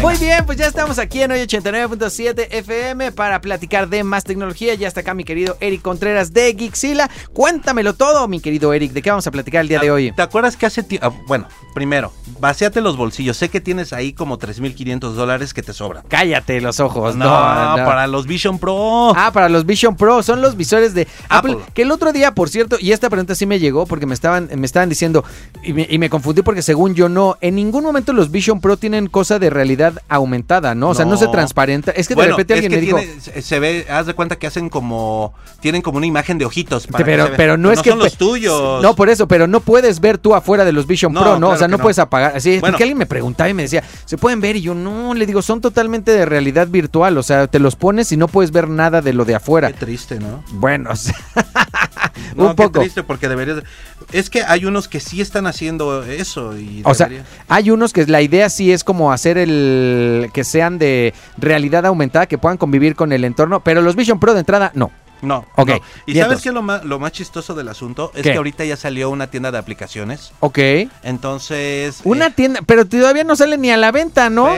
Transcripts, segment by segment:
Muy bien, pues ya estamos aquí en hoy 89.7 FM para platicar de más tecnología. Ya está acá mi querido Eric Contreras de Geekzilla. Cuéntamelo todo, mi querido Eric, de qué vamos a platicar el día de hoy. Ah, ¿Te acuerdas que hace tiempo? Bueno, primero, vaciate los bolsillos. Sé que tienes ahí como 3.500 dólares que te sobran. Cállate los ojos. no, para los Vision Pro. Pues Ah, para los Vision Pro, son los visores de Apple. Apple. Que el otro día, por cierto, y esta pregunta sí me llegó porque me estaban, me estaban diciendo, y me, y me confundí porque según yo no, en ningún momento los Vision Pro tienen cosa de realidad aumentada, ¿no? O sea, no, No. se transparenta. Es que de Bueno, repente alguien es que me dijo. tiene- se- se ve, haz de cuenta que hacen como, tienen como una imagen de ojitos. para que Pero, se vea. pero no es que son los pe- tuyos. No, por eso, pero no puedes ver tú afuera de los Vision No, Pro, ¿no? o claro sea, no, que no. puedes apagar. Así es Bueno. que alguien me preguntaba y me decía, ¿se pueden ver? Y yo, no, le digo, son totalmente de realidad virtual. O sea, te los pones y no puedes ver nada de lo de afuera. Qué triste, ¿no? Bueno, o sea, No, un poco. Qué triste porque deberías. Es que hay unos que sí están haciendo eso y O sea, debería- hay unos que la idea sí es como hacer el que sean de realidad aumentada, que puedan convivir con el entorno, pero los Vision Pro de entrada no. no. ok, y no. ¿Y sabes entonces? qué es lo más, lo más chistoso del asunto? Es ¿Qué? que ahorita ya salió una tienda de aplicaciones. Ok. Entonces. Una eh, tienda, pero todavía no sale ni a la venta, ¿no?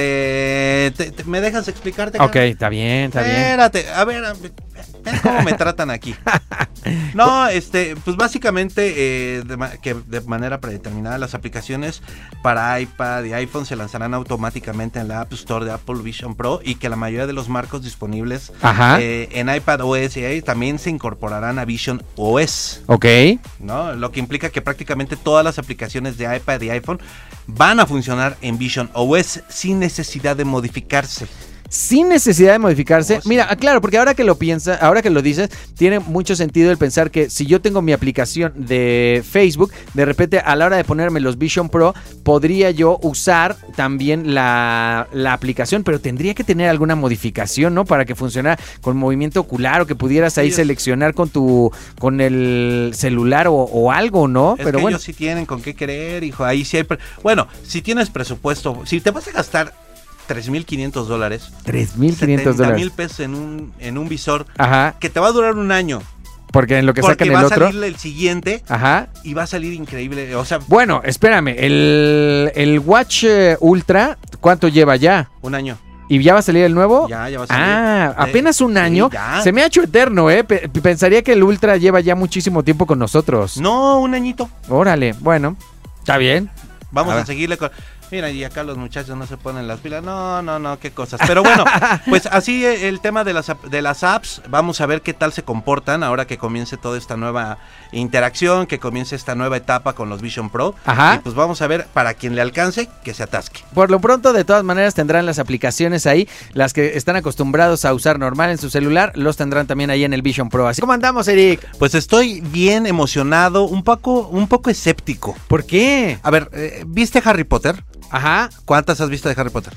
Espérate. te- te- ¿Me dejas explicarte? Ok, Carlos? está bien, está bien. Espérate. A ver, a ver, ven cómo me tratan aquí. No, este, pues básicamente eh, de, ma- que de manera predeterminada las aplicaciones para iPad y iPhone se lanzarán automáticamente en la App Store de Apple Vision Pro y que la mayoría de los marcos disponibles Ajá. eh, en iPad OS y ahí también se incorporarán a Vision OS. Ok. ¿no? Lo que implica que prácticamente todas las aplicaciones de iPad y iPhone van a funcionar en Vision OS sin necesidad de modificarse. Sin necesidad de modificarse. Oh, sí. Mira, ah, claro, porque ahora que lo piensas, ahora que lo dices, tiene mucho sentido el pensar que si yo tengo mi aplicación de Facebook, de repente a la hora de ponerme los Vision Pro, podría yo usar también la, la aplicación, pero tendría que tener alguna modificación, ¿no? Para que funcionara con movimiento ocular o que pudieras ahí Sí, es- seleccionar con tu con el celular o, o algo, ¿no? Es Ah, pero que bueno. ellos sí tienen con qué creer, hijo. Ahí sí hay... pre- Bueno, si tienes presupuesto, si te vas a gastar 3.500 dólares, 3.500 70.000 dólares. pesos en un, en un visor Ajá, que te va a durar un año, porque en lo que porque sacan va el a otro. salir el siguiente Ajá. y va a salir increíble. O sea, Bueno, espérame, el, el Watch eh, Ultra, ¿cuánto lleva ya? un año. ¿Y ya va a salir el nuevo? Ya, ya va a salir. Oh. Ah, Eh, apenas un sí, año. ya. Se me ha hecho eterno, ¿eh? Pe- pensaría que el Ultra lleva ya muchísimo tiempo con nosotros. No, un añito. Órale, bueno. Está bien. Vamos A a, ver. seguirle con... Mira, y acá los muchachos no se ponen las pilas. No, no, no, qué cosas. Pero bueno, pues así eh, el tema de las, ap- de las apps. Vamos a ver qué tal se comportan ahora que comience toda esta nueva interacción, que comience esta nueva etapa con los Vision Pro. Ajá. Y pues vamos a ver para quien le alcance que se atasque. Por lo pronto, de todas maneras, tendrán las aplicaciones ahí, las que están acostumbrados a usar normal en su celular, los tendrán también ahí en el Vision Pro. Así, ¿cómo andamos, Eric? Pues estoy bien emocionado, un poco, un poco escéptico. ¿Por qué? A ver, eh, ¿viste Harry Potter? Ajá. ¿Cuántas has visto de Harry Potter?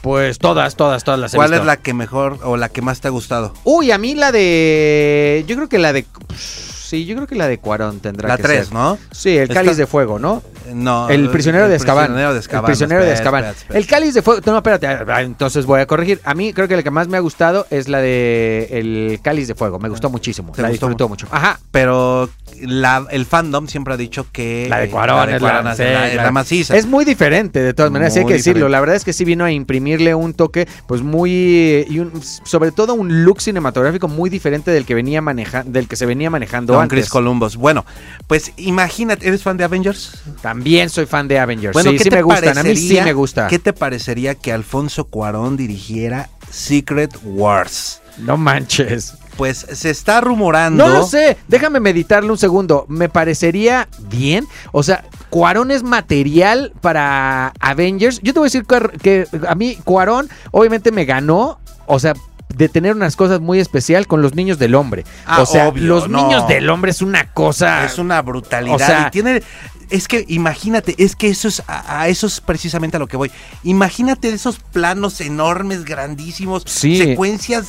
Pues todas, todas, todas las he ¿Cuál es visto. la que mejor o la que más te ha gustado? Uy, a mí la de. Yo creo que la de. pues, Sí, yo creo que la de Cuarón tendrá La que ser. 3, ¿no? Sí, el Está- cáliz de fuego, ¿no? No. El prisionero de Azkaban. prisionero de Azkaban. El prisionero de Espera, Azkaban. espera, espera. El cáliz de fuego. No, espérate. ah, ah, Entonces voy a corregir. A mí creo que la que más me ha gustado es la de El cáliz de fuego. Me Ah, gustó muchísimo. Te La gustó disfrutó mucho. Ajá. Pero la- el fandom siempre ha dicho que. La de la Cuarón, de es la- Cuarón es sí, Mm. la, es claro. la maciza. Es muy diferente, de todas maneras, sí hay Muy que decirlo. diferente. La verdad es que sí vino a imprimirle un toque, pues muy. Y un- sobre todo un look cinematográfico muy diferente del que venía maneja, del que se venía manejando Don antes. Chris Columbus. Bueno, pues imagínate, ¿eres fan de Avengers? También soy fan de Avengers. Bueno, sí, ¿qué sí te me gustan. A mí sí parecería- me gusta. ¿Qué te parecería que Alfonso Cuarón dirigiera Secret Wars? No manches. Pues se está rumorando. No lo sé. Déjame meditarlo un segundo. Me parecería bien. O sea, Cuarón es material para Avengers. Yo te voy a decir que- que a mí Cuarón obviamente me ganó. O sea de tener unas cosas muy especial con los niños del hombre. Ah, o sea, obvio, los no. niños del hombre es una cosa. Es una brutalidad. O sea- y tiene. Es que imagínate, es que eso es a, a eso es precisamente a lo que voy. Imagínate esos planos enormes, grandísimos, Sí. Eh, secuencias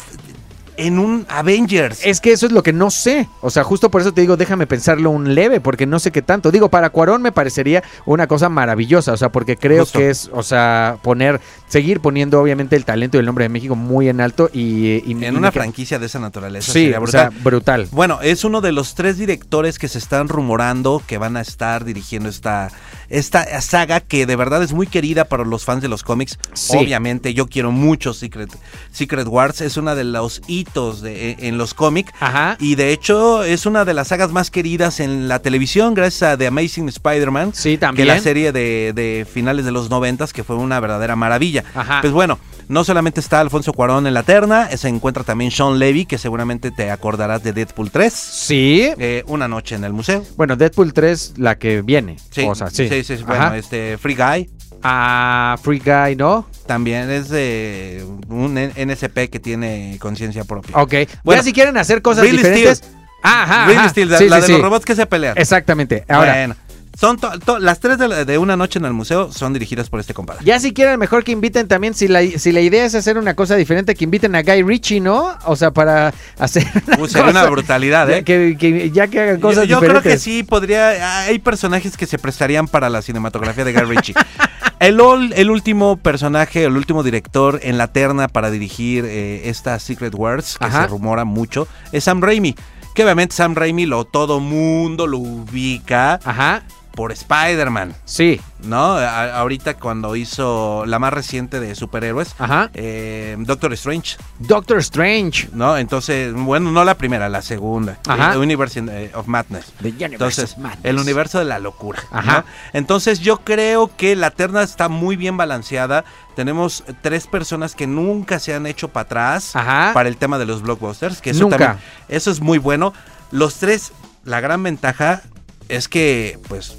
en un Avengers. Es que eso es lo que no sé. O sea, justo por eso te digo, déjame pensarlo un leve, porque no sé qué tanto. Digo, para Cuarón me parecería una cosa maravillosa, o sea, porque creo Justo. que es, o sea, poner, seguir poniendo obviamente el talento y el nombre de México muy en alto y... y- y en una que- franquicia de esa naturaleza Sí, sería o brutal. sea, brutal. Bueno, es uno de los tres directores que se están rumorando que van a estar dirigiendo esta, esta saga que de verdad es muy querida para los fans de los cómics. Sí. Obviamente, yo quiero mucho Secret, Secret Wars, es uno de los hitos de- en los cómics. Ajá. Y de hecho es una de las sagas más queridas en la televisión gracias a The Amazing Spider-Man. Sí, Que también. la serie de, de finales de los noventas, que fue una verdadera maravilla. Ajá. Pues bueno, no solamente está Alfonso Cuarón en la terna, se encuentra también Sean Levy, que seguramente te acordarás de Deadpool 3, Sí. eh, Una noche en el museo. Bueno, Deadpool 3, la que viene. Sí, o sea, sí. sí, sí, Ajá. bueno, este Free Guy Ah, Free Guy, ¿no? también es de un N- NSP que tiene conciencia propia. Ok. Bueno, ya si quieren hacer cosas Real diferentes. Steel. Ah, Ajá, Real ajá. Steel, la, Sí, la sí, de sí. los robots que se pelean. Exactamente. Ahora, Bueno, son to- to- las tres de, la- de una noche en el museo son dirigidas por este compadre. Ya si quieren, mejor que inviten también, si la, si la idea es hacer una cosa diferente, que inviten a Guy Ritchie, ¿no? O sea, para hacer una Uy, sería una cosa- brutalidad, ya ¿eh? que, que- ya que hagan Yo, cosas yo creo diferentes. que sí podría. Hay personajes que se prestarían para la cinematografía de Guy Ritchie. El, ol- el último personaje, el último director en la terna para dirigir eh, esta Secret Wars, que Ajá. se rumora mucho, es Sam Raimi. Que obviamente Sam Raimi lo todo mundo lo ubica Ajá, por Spider-Man, sí, ¿no? A- ahorita cuando hizo la más reciente de superhéroes, ajá. eh, Doctor Strange. Doctor Strange. ¿no? Entonces, bueno, no la primera, la segunda. Ajá. The Universe in- eh, of Madness. The Universe Entonces, of Madness. el universo de la locura. Ajá. ¿no? Entonces, yo creo que la terna está muy bien balanceada. Tenemos tres personas que nunca se han hecho para atrás Ajá. para el tema de los blockbusters. Que eso Nunca. también- eso es muy bueno. Los tres, la gran ventaja es que, pues,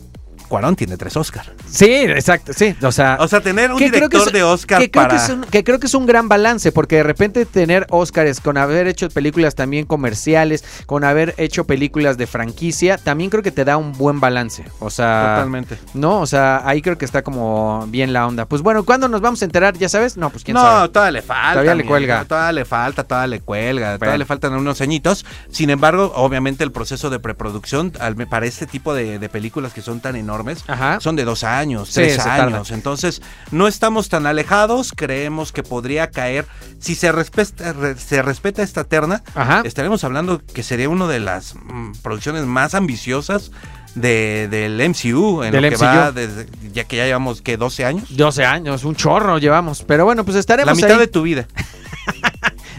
Cuarón tiene tres Oscar. Sí, exacto, sí. O sea, O sea, tener un Ah. que creo director que es- de Oscar que creo, para. que, es un, que creo que es un gran balance, porque de repente tener Óscares con haber hecho películas también comerciales, con haber hecho películas de franquicia, también creo que te da un buen balance. O sea, Totalmente. no, o sea, ahí creo que está como bien la onda. Pues bueno, ¿cuándo nos vamos a enterar? ¿Ya sabes? No, pues quién no, sabe. todavía le falta. Todavía le mi cuelga. amigo, Todavía le falta, todavía le cuelga, Bueno. todavía le faltan unos añitos. Sin embargo, obviamente el proceso de preproducción al- para este tipo de, de películas que son tan enormes Ajá. son de dos años, Sí, tres se tarda. años. Entonces, no estamos tan alejados. Creemos que podría caer. Si se respeta, re- se respeta esta terna, Ajá. estaremos hablando que sería una de las mm, producciones más ambiciosas. de- del MCU, en Del lo que va, MCU. desde- ya que ya llevamos, que 12 años? 12 años, un chorro llevamos. Pero bueno, pues estaremos La mitad ahí, de tu vida.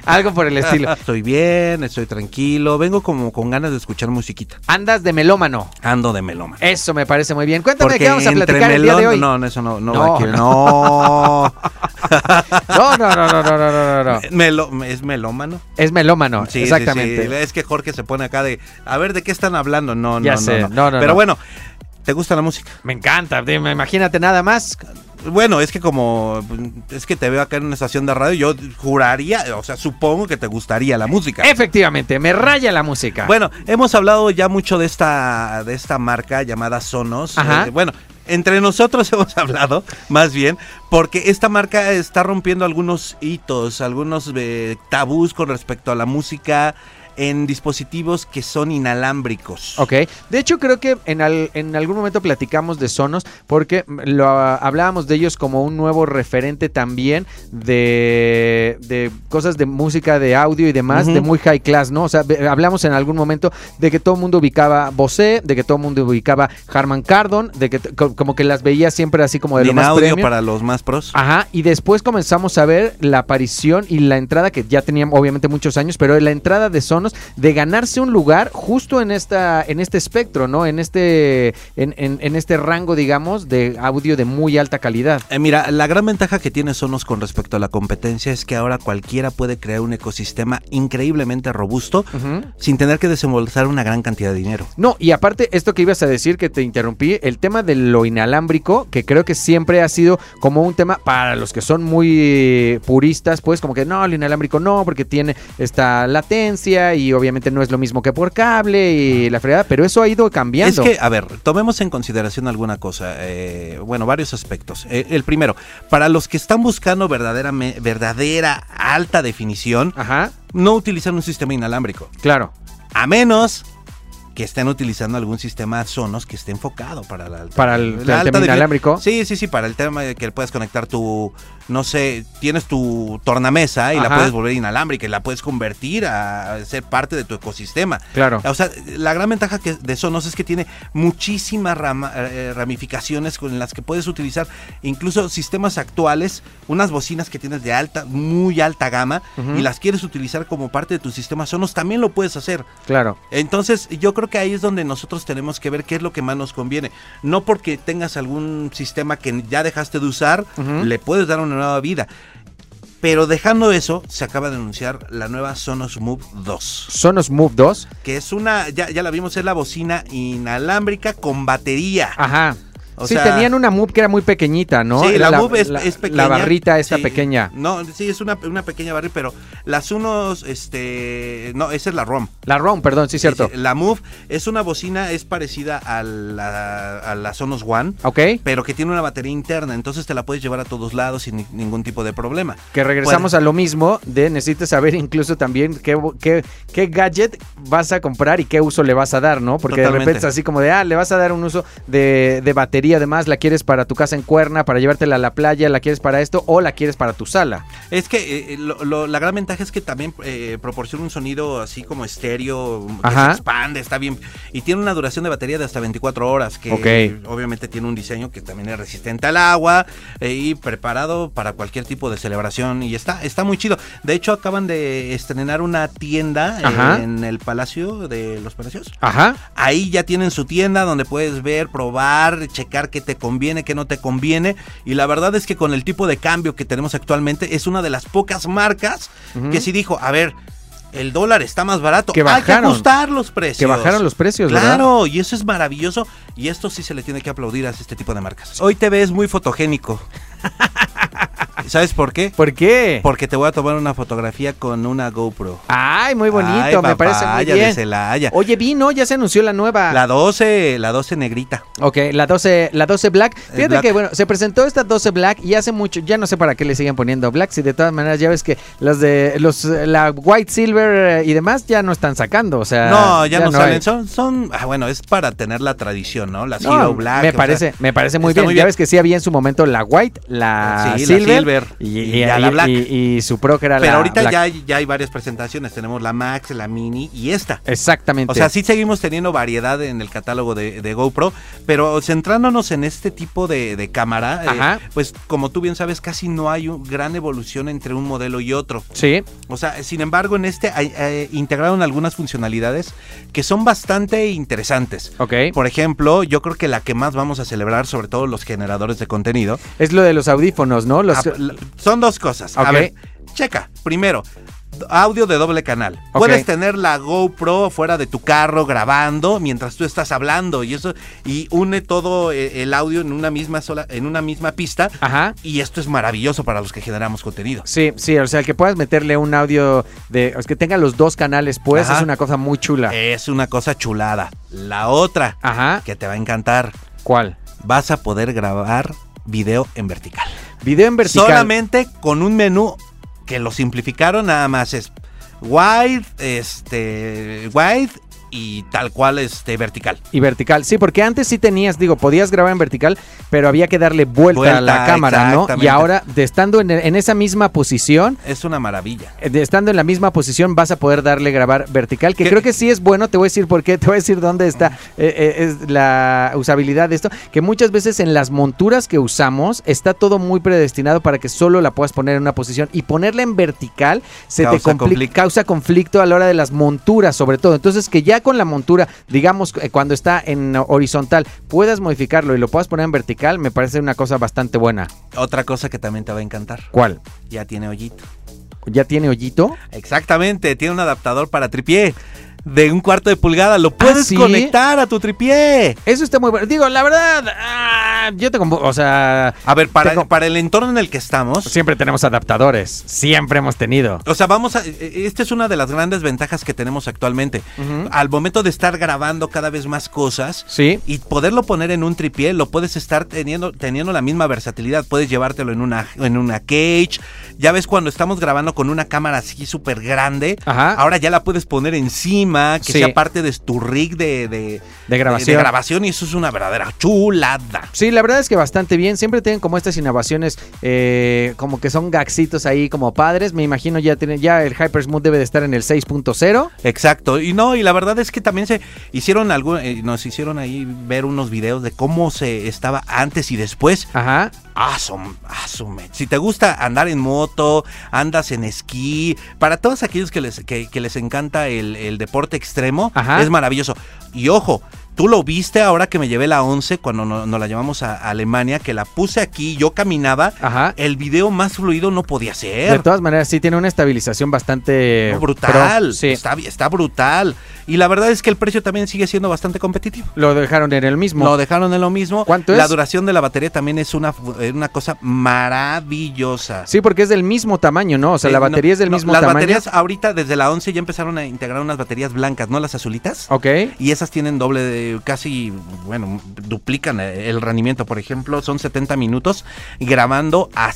algo por el estilo. Estoy bien, estoy tranquilo, vengo como con ganas de escuchar musiquita. Andas de melómano. Ando de meloma. Eso me parece muy bien. Eh, Cuéntame de qué vamos a platicar el día de hoy. no, no, eso no, no, No, va aquí, no. Eh, No, no, no, no, no, no, no, no. Melo- es melómano. Es melómano, Sí, sí, exactamente. sí, Es que Jorge se pone acá de, a ver, ¿de qué están hablando? No, Ya no, sé, no, no, no, Pero no. bueno, ¿te gusta la música? Me encanta, te- me- imagínate nada más. Bueno, es que como, es que te veo acá en una estación de radio, yo juraría, o sea, supongo que te gustaría la música. Efectivamente, me raya la música. Bueno, hemos hablado ya mucho de esta, de esta marca llamada Sonos. Ajá. Eh, bueno, entre nosotros hemos hablado, más bien, porque esta marca está rompiendo algunos hitos, algunos eh, tabús con respecto a la música en dispositivos que son inalámbricos. Ok, de hecho creo que en, al- en algún momento platicamos de Sonos porque lo ah, hablábamos de ellos como un nuevo referente también de, de cosas de música, de audio y demás, Ujú. de muy high class, ¿no? O sea, ve- hablamos en algún momento de que todo el mundo ubicaba Bose, de que todo el mundo ubicaba Harman Kardon, de que t- co- como que las veía siempre así como de lo En más audio premium. Ah. para los más pros. Ajá, y después comenzamos a ver la aparición y la entrada, que ya tenían obviamente muchos años, pero la entrada de Sonos de ganarse un lugar justo en esta, en este espectro, ¿no? En este, en, en- en este rango, digamos, de audio de muy alta calidad. Eh, mira, la gran ventaja que tiene Sonos con respecto a la competencia es que ahora cualquiera puede crear un ecosistema increíblemente robusto Ujú. sin tener que desembolsar una gran cantidad de dinero. No, y aparte, esto que ibas a decir que te interrumpí, el tema de lo inalámbrico, que creo que siempre ha sido como un tema para los que son muy puristas, pues como que no, lo inalámbrico no, porque tiene esta latencia y obviamente no es lo mismo que por cable y la fregada, pero eso ha ido cambiando. Ah. Es que, a ver, tomemos en consideración alguna cosa, eh, bueno, varios aspectos. Eh, el primero, para los que están buscando verdaderame- verdadera alta definición, Ajá, no utilizar un sistema inalámbrico. Claro. A menos que estén utilizando algún sistema Sonos que esté enfocado para la alta. Para el- el tema defini- inalámbrico. Sí, sí, sí, para el tema de que puedes conectar tu, no sé, tienes tu tornamesa y Ajá. la puedes volver inalámbrica y la puedes convertir a ser parte de tu ecosistema. Claro. O sea, la gran ventaja que- de Sonos es que tiene muchísimas rama- eh, ramificaciones con las que puedes utilizar incluso sistemas actuales, unas bocinas que tienes de alta, muy alta gama Ujú. y las quieres utilizar como parte de tu sistema Sonos, también lo puedes hacer. Claro. Entonces, yo creo que ahí es donde nosotros tenemos que ver qué es lo que más nos conviene. No porque tengas algún sistema que ya dejaste de usar, Ujú. le puedes dar una nueva vida. Pero dejando eso, se acaba de anunciar la nueva Sonos Move 2, Sonos Move 2. que es una, ya, ya la vimos, es la bocina inalámbrica con batería. Ajá. O Ah, sí, sea- tenían una Move que era muy pequeñita, ¿no? Sí, Era la, Move es, la- es pequeña. La barrita esta Sí, pequeña. No, sí, es una, una pequeña barrita, pero las unos, este, no, esa es la ROM. La ROM, perdón, sí, cierto. Sí, sí, La Move es una bocina, es parecida a la, a la Sonos One, Ok. pero que tiene una batería interna, entonces te la puedes llevar a todos lados sin ni- ningún tipo de problema. Que regresamos a lo mismo de necesitas saber incluso también qué, qué, qué gadget vas a comprar y qué uso le vas a dar, ¿no? Porque de Totalmente. repente es así como de, ah, le vas a dar un uso de, de batería además, la quieres para tu casa en cuerna, para llevártela a la playa, la quieres para esto o la quieres para tu sala. Es que eh, lo- lo- la gran ventaja es que también eh, proporciona un sonido así como estéreo, que Ajá. se expande, está bien. Y tiene una duración de batería de hasta 24 horas, que Ok. obviamente tiene un diseño que también es resistente al agua eh, y preparado para cualquier tipo de celebración. Y está, está muy chido. De hecho, acaban de estrenar una tienda eh, Ajá. en el Palacio de los Palacios. Ajá. Ahí ya tienen su tienda donde puedes ver, probar, checar qué te conviene, qué no te conviene. Y la verdad es que con el tipo de cambio que tenemos actualmente es una de las pocas marcas Ujú. que sí dijo, a ver, el dólar está más barato, Que hay que bajaron. ajustar los precios. Que bajaron los precios, ¿verdad? Claro, y eso es maravilloso. Y esto sí se le tiene que aplaudir a este tipo de marcas. Hoy te ves muy fotogénico. ¿Sabes por qué? ¿Por qué? Porque te voy a tomar una fotografía con una GoPro. Ay, muy bonito, Ay, me parece muy papaya de bien. Celaya. Oye, vi, ¿no? Ya se anunció la nueva. La 12, la 12 negrita. Ok, la 12, la 12 Black. Fíjate Black. que, bueno, se presentó esta 12 Black y hace mucho, ya no sé para qué le siguen poniendo Black, si de todas maneras ya ves que las de los eh, la White Silver eh, y demás ya no están sacando, o sea, no, ya, no, salen. Ah, hay. Son, son, ah, bueno, es para tener la tradición, ¿no? Las No, Hero Black. o me sea, parece, me parece muy está bien. muy Ya bien. ves que sí había en su momento la White, la, Sí, la silver, Silver y, y y- ya la y- Black. y- y su pro que era la pero ahorita Black. ya, hay- ya hay varias presentaciones. Tenemos la Max, la Mini y esta. Exactamente. O sea, sí seguimos teniendo variedad en el catálogo de, de GoPro, pero centrándonos en este tipo de, de cámara, eh, Ajá. pues como tú bien sabes, casi no hay un- gran evolución entre un modelo y otro. Sí, O sea, sin embargo, en este hay- eh, integraron algunas funcionalidades que son bastante interesantes. ok. Por ejemplo, yo creo que la que más vamos a celebrar, sobre todo los generadores de contenido, Es lo de los audífonos, ¿no? Los, Ah, la- son dos cosas. Ok. A ver, checa. Primero, d- audio de doble canal. Ok. Puedes tener la GoPro fuera de tu carro grabando mientras tú estás hablando y eso y une todo eh, el audio en una misma sola en una misma pista Ajá. y esto es maravilloso para los que generamos contenido. Sí, sí, o sea, el que puedas meterle un audio de. Es que tenga los dos canales, pues, Ajá. Eh, es una cosa muy chula. Es una cosa chulada. La otra Ajá. que te va a encantar, ¿Cuál? vas a poder grabar video en vertical. Video en vertical. Solamente con un menú que lo simplificaron, nada más es wide, este, wide y tal cual este vertical. Y vertical. Sí, porque antes sí tenías, digo, podías grabar en vertical, pero había que darle vuelta, a la Vuelta, cámara, ¿no? Y exactamente. ahora, de estando en, en esa misma posición. Es una maravilla. eh, de Estando en la misma posición vas a poder darle grabar vertical, que ¿Qué? creo que sí es bueno, te voy a decir por qué, te voy a decir dónde está eh, eh, es la usabilidad de esto, que muchas veces en las monturas que usamos está todo muy predestinado para que solo la puedas poner en una posición y ponerla en vertical se te Causa compli- conflicto. causa conflicto a la hora de las monturas sobre todo, entonces que ya con la montura, digamos eh, cuando está en horizontal, puedas modificarlo y lo puedas poner en vertical, me parece una cosa bastante buena. Otra cosa que también te va a encantar. ¿Cuál? Ya tiene hoyito. ¿Ya tiene hoyito? Exactamente, tiene un adaptador para tripié de un cuarto de pulgada. Lo puedes ¿Ah, ¿sí? conectar a tu tripié. Eso está muy bueno. Digo, la verdad, ah, Ah, yo te compu- O sea, A ver, para, Tengo- para el entorno en el que estamos, siempre tenemos adaptadores. Siempre hemos tenido. O sea, vamos a. eh, Esta es una de las grandes ventajas que tenemos actualmente. Al momento de estar grabando cada vez más cosas. Sí. Y poderlo poner en un tripié, lo puedes estar teniendo, teniendo la misma versatilidad. Puedes llevártelo en una, en una cage. Ya ves cuando estamos grabando con una cámara así súper grande. Ajá. Ahora ya la puedes poner encima, que Sí. sea parte de tu rig de, de- De grabación. de grabación. Y eso es una verdadera chulada. Sí, la verdad es que bastante bien. Siempre tienen como estas innovaciones, eh, como que son gaxitos ahí como padres. Me imagino ya tienen, ya el Hypersmooth debe de estar en el 6.0. Exacto, y no, y la verdad es que también se hicieron algo, eh, nos hicieron ahí ver unos videos de cómo se estaba antes y después. Ajá. Awesome, awesome. ah, Si te gusta andar en moto, andas en esquí, para todos aquellos que les, que, que les encanta el, el deporte extremo, Ajá. es maravilloso. Y ojo, tú lo viste ahora que me llevé la 11 cuando no- nos la llevamos a Alemania, que la puse aquí, yo caminaba, Ajá. el video más fluido no podía ser. De todas maneras, sí tiene una estabilización bastante No, brutal. pro. Sí. Está, está brutal. Y la verdad es que el precio también sigue siendo bastante competitivo. Lo dejaron en el mismo. Lo dejaron en lo mismo. ¿Cuánto La es? duración de la batería también es una, fu- eh, una cosa maravillosa. Sí, porque es del mismo tamaño, ¿no? O sea, Eh, la no, batería es del no, mismo Las tamaño. baterías ahorita desde la 11 ya empezaron a integrar unas baterías blancas, ¿no? Las azulitas. Ok. Y esas tienen doble de casi, bueno, duplican eh, el rendimiento. Por ejemplo, son 70 minutos grabando a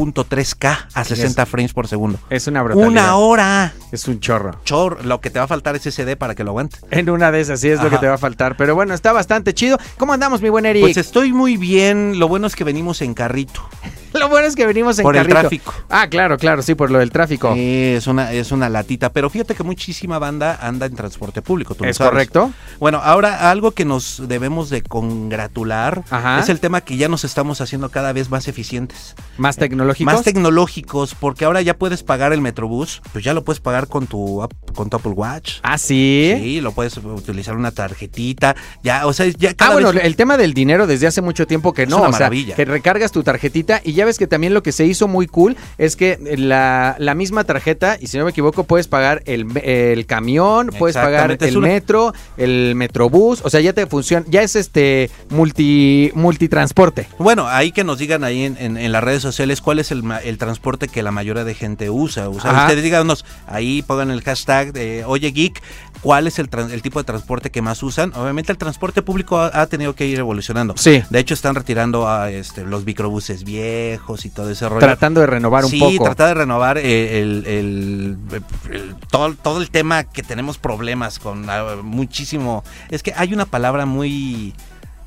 5.3K a 60 frames por segundo. Es una brutalidad. Una hora. Es un chorro. Chor, lo que te va a faltar es SD para que lo aguante. En una de esas sí es lo que Ajá. te va a faltar. Pero bueno, está bastante chido. ¿Cómo andamos, mi buen Eric? Pues estoy muy bien. Lo bueno es que venimos en carrito. lo bueno es que venimos en por el carrito. tráfico. Ah, claro, claro, sí, por lo del tráfico. Eh, es, una, es una latita. Pero fíjate que muchísima banda anda en transporte público. tú lo es sabes. correcto. Bueno, ahora algo que nos debemos de congratular Ajá. es el tema que ya nos estamos haciendo cada vez más eficientes. Más tecnológicos. Más tecnológicos, porque ahora ya puedes pagar el Metrobús. Pues ya lo puedes pagar con tu, app- con tu Apple Watch. ah, sí. Sí, lo puedes utilizar una tarjetita. Ya, o sea, ya Ah, cada bueno, vez- el tema del dinero desde hace mucho tiempo que Es no, una o sea, maravilla. que recargas tu tarjetita y ya ves que también lo que se hizo muy cool es que la, la misma tarjeta, y si no me equivoco, puedes pagar el, me- el camión, puedes pagar Exactamente, es el una- metro, el metrobús, o sea, ya te funciona, ya es este multi multitransporte. Bueno, ahí que nos digan ahí en, en- en las redes sociales cuál es el, ma- el transporte que la mayoría de gente usa. O sea, Ajá. ustedes díganos, ahí pongan el hashtag de Oye Geek, cuál es el, tran- el tipo de transporte que más usan. Obviamente el transporte público ha, ha tenido que ir evolucionando. Sí. De hecho, están retirando a este, los microbuses viejos y todo ese rollo. Tratando de renovar un sí, poco. tratar de renovar eh, el, el- el- todo, todo el tema que tenemos problemas con ah, muchísimo. Es que hay una palabra muy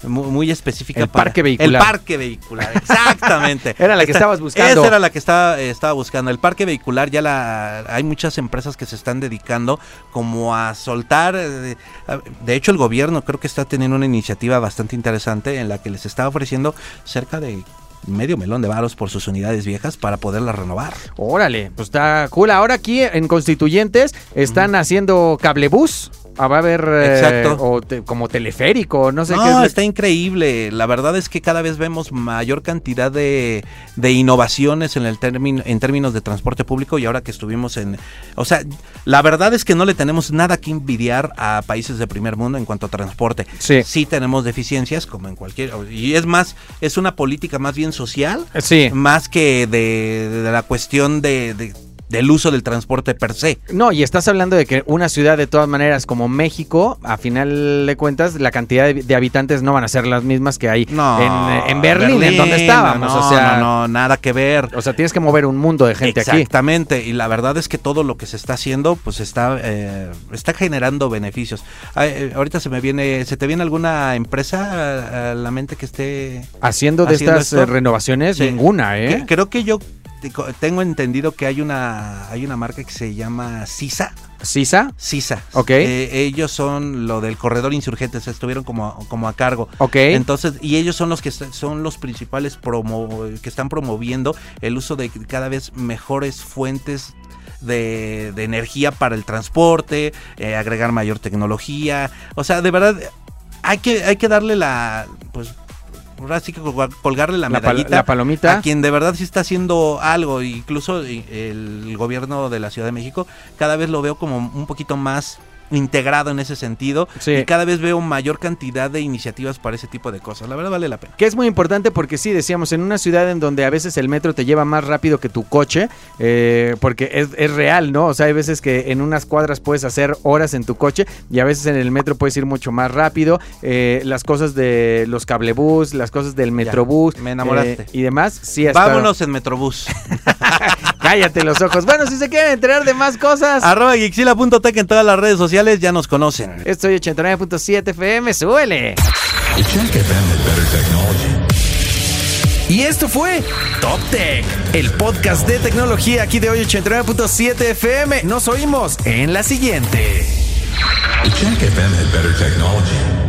muy, muy específica El parque vehicular. El parque vehicular, exactamente. Era la que Esta- estabas buscando. Esa era la que estaba, eh, estaba buscando. El parque vehicular ya la hay muchas empresas que se están dedicando como a soltar eh, a- de hecho el gobierno creo que está teniendo una iniciativa bastante interesante en la que les está ofreciendo cerca de medio melón de varos por sus unidades viejas para poderlas renovar. Órale, pues está cool. Ahora aquí en Constituyentes están haciendo cablebús. Ah, va a haber eh, Exacto. o te- como teleférico, no sé qué es No, lo- está increíble. La verdad es que cada vez vemos mayor cantidad de, de innovaciones en el término, en términos de transporte público y ahora que estuvimos en, o sea, la verdad es que no le tenemos nada que envidiar a países de primer mundo en cuanto a transporte. Sí. Sí tenemos deficiencias como en cualquier y es más, es una política más bien social Sí. más que de, de la cuestión de- de- del uso del transporte per se. No, y estás hablando de que una ciudad de todas maneras como México, a final de cuentas, la cantidad de, de habitantes no van a ser las mismas que hay No, en, eh, en Berlín, en donde Berlín, estábamos. no, o, sea, no, no, nada que ver. o sea, tienes que mover un mundo de gente aquí. Exactamente, y la verdad es que todo lo que se está haciendo, pues está, eh, está generando beneficios. Ay, eh, ahorita se me viene, ¿se te viene alguna empresa a, a la mente que esté? Haciendo de Haciendo estas esto. eh, renovaciones, Sí. ninguna, Que- ¿eh? creo que yo te- co- tengo entendido que hay una, hay una marca que se llama Sisa. ¿Sisa? Sisa. Ok. Eh, ellos son lo del corredor insurgentes, estuvieron como, como a cargo. Ok. Entonces, y ellos son los que est- son los principales promo, que están promoviendo el uso de cada vez mejores fuentes de, de energía para el transporte, eh, agregar mayor tecnología. O sea, de verdad, hay que, hay que darle la. Pues ahora sí que colgar- colgarle la Ah, la, pal- medallita. la palomita. a quien de verdad sí está haciendo algo, eh, incluso i- el gobierno de la Ciudad de México, cada vez lo veo como un poquito más integrado en ese sentido. Sí. Y cada vez veo mayor cantidad de iniciativas para ese tipo de cosas. La verdad vale la pena. Que es muy importante porque sí, decíamos, en una ciudad en donde a veces el metro te lleva más rápido que tu coche, eh, porque es, es real, ¿no? O sea, hay veces que en unas cuadras puedes hacer horas en tu coche y a veces en el metro puedes ir mucho más rápido. eh, las cosas de los cablebús, las cosas del metrobús. me enamoraste. eh, y demás, sí, hasta... Vámonos en Metrobús. Cállate los ojos. Bueno, si se quieren enterar de más cosas, Arroba Gixila.tech en todas las redes sociales, ya nos conocen. estoy 89.7 FM, súbele. It should get them with better technology. Y esto fue Top Tech, el podcast de tecnología aquí de hoy 89.7 FM. Nos oímos en la siguiente. It should get them with better technology.